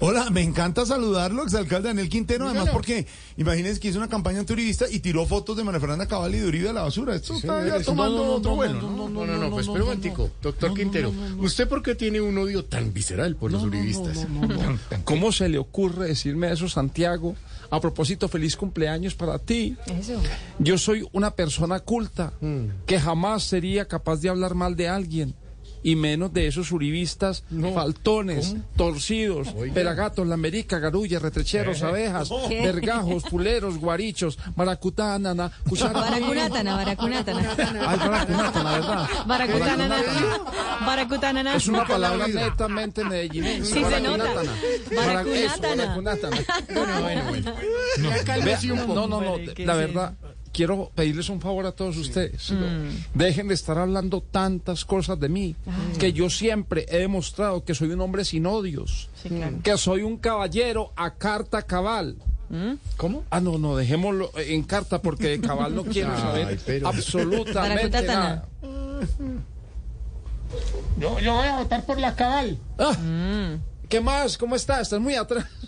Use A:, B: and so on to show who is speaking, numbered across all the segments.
A: Hola, me encanta saludarlo, exalcalde Daniel Quintero, además porque imagínense que hizo una campaña anturibista y tiró fotos de María Fernanda Cabal y de Uribe a la basura. Esto está Ah, ya tomando otro vuelo. ¿no?
B: No, no, no, pues espera un momentico. Doctor Quintero, ¿usted por qué tiene un odio tan visceral por los uribistas?
C: ¿Cómo se le ocurre decirme eso, Santiago? A propósito, feliz cumpleaños para ti. Yo soy una persona culta que jamás sería capaz de hablar mal de alguien. Y menos de esos uribistas faltones, torcidos, pelagatos, lamerica, garullas, retrecheros, abejas, vergajos, fuleros, guarichos, maracutánana, cuchara.
D: Baracunatana, baracunatana.
C: Ay, baracunata, la verdad.
D: Baracutanana. Baracutanana.
C: Es una palabra netamente medellinense.
D: Sí, se nota.
C: Baracunátana.
D: Baracunátana.
C: Eso, baracunátana.
B: Bueno, bueno, bueno. Ya
C: Vea,
B: cálmese un
C: no,
B: poco.
C: no, no,
D: Hombre, ¿qué
C: la
D: es
C: verdad, quiero pedirles un favor a todos ustedes. Dejen de estar hablando tantas cosas de mí, que yo siempre he demostrado que soy un hombre sin odios, que soy un caballero a carta cabal.
B: ¿Cómo?
C: Ah, no, no, dejémoslo en carta porque de cabal no quiero
B: Ay,
C: saber
B: pero-
C: absolutamente
D: Baracutátana.
C: nada.
E: Yo, yo voy a votar por la cabal.
C: Ah. ¿Qué más? ¿Cómo estás? Estás muy atrás.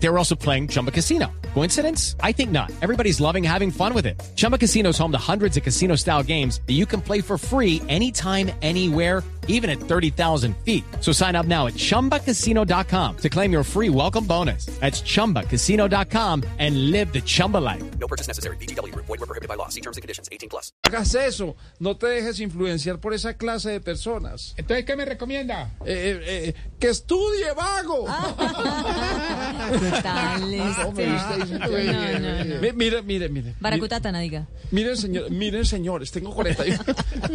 F: They were also playing Chumba Casino. Coincidence? I think not. Everybody's loving having fun with it. Chumba Casino is home to hundreds of casino-style games that you can play for free anytime, anywhere even at 30,000 feet. So sign up now at ChumbaCasino.com to claim your free welcome bonus. That's ChumbaCasino.com and live the Chumba life.
G: No purchase necessary. BGW. Void were prohibited by law. See terms and conditions. 18 plus.
C: hagas eso, no te dejes influenciar por esa clase de personas.
E: Entonces, ¿qué me recomienda?
C: Eh, eh, eh, que estudie, vago.
D: Ah. ¿Qué tal este?
B: Ah,
D: No, no, no.
C: Mi- Mire, mire, mire.
D: Baracutátana, diga.
C: Mi- Miren, señor, miren, señores, tengo 41.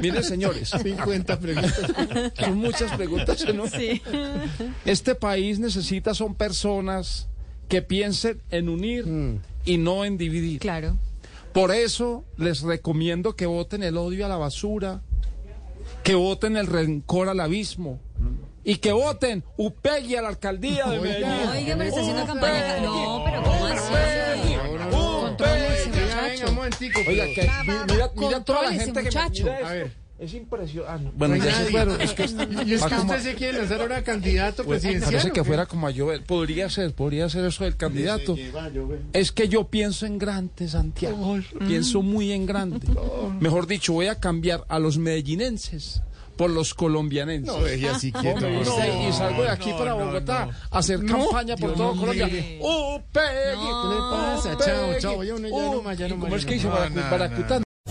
C: miren, señores,
B: 50 preguntas.
C: son muchas preguntas. ¿no?
D: Sí.
C: Este país necesita son personas que piensen en unir y no en dividir.
D: Claro.
C: Por eso les recomiendo que voten el odio a la basura, que voten el rencor al abismo y que voten UPEGI a la alcaldía de Medellín.
D: Oiga, pero está haciendo campaña. No, pero ¿cómo
C: E
D: así?
C: UPEGI.
B: Ya, venga, un momentico.
C: Oiga, que mi- mira, mira toda la
D: Contrólese,
C: gente que me-
D: muchacho.
C: mira eso.
B: A ver.
C: Es impresionante. Bueno,
B: No hay
C: ya se
B: nadie.
C: fueron. Es que,
B: Y es que
C: Paco, Pues,
B: usted se quiere lanzar ahora candidato
C: Parece
B: presidencial.
C: que fuera como a llover. Podría ser, podría ser eso del candidato. Es que yo pienso en grande, Santiago. Pienso muy en grande. Mejor dicho, voy a cambiar a los medellinenses por los colombianenses.
B: Y así quieto.
C: Hombre,
B: por
C: usted,
B: favor.
C: y salgo de aquí para Bogotá a hacer campaña por todo Colombia. ¡Upegui!
B: ¿Qué le pasa? Chao, chao. Ya no, ya no más, ya no más,
C: ¿Cómo es
B: ya
C: que
B: no
C: dice
B: más.
C: Baracu-
B: No, no,
C: Baracután?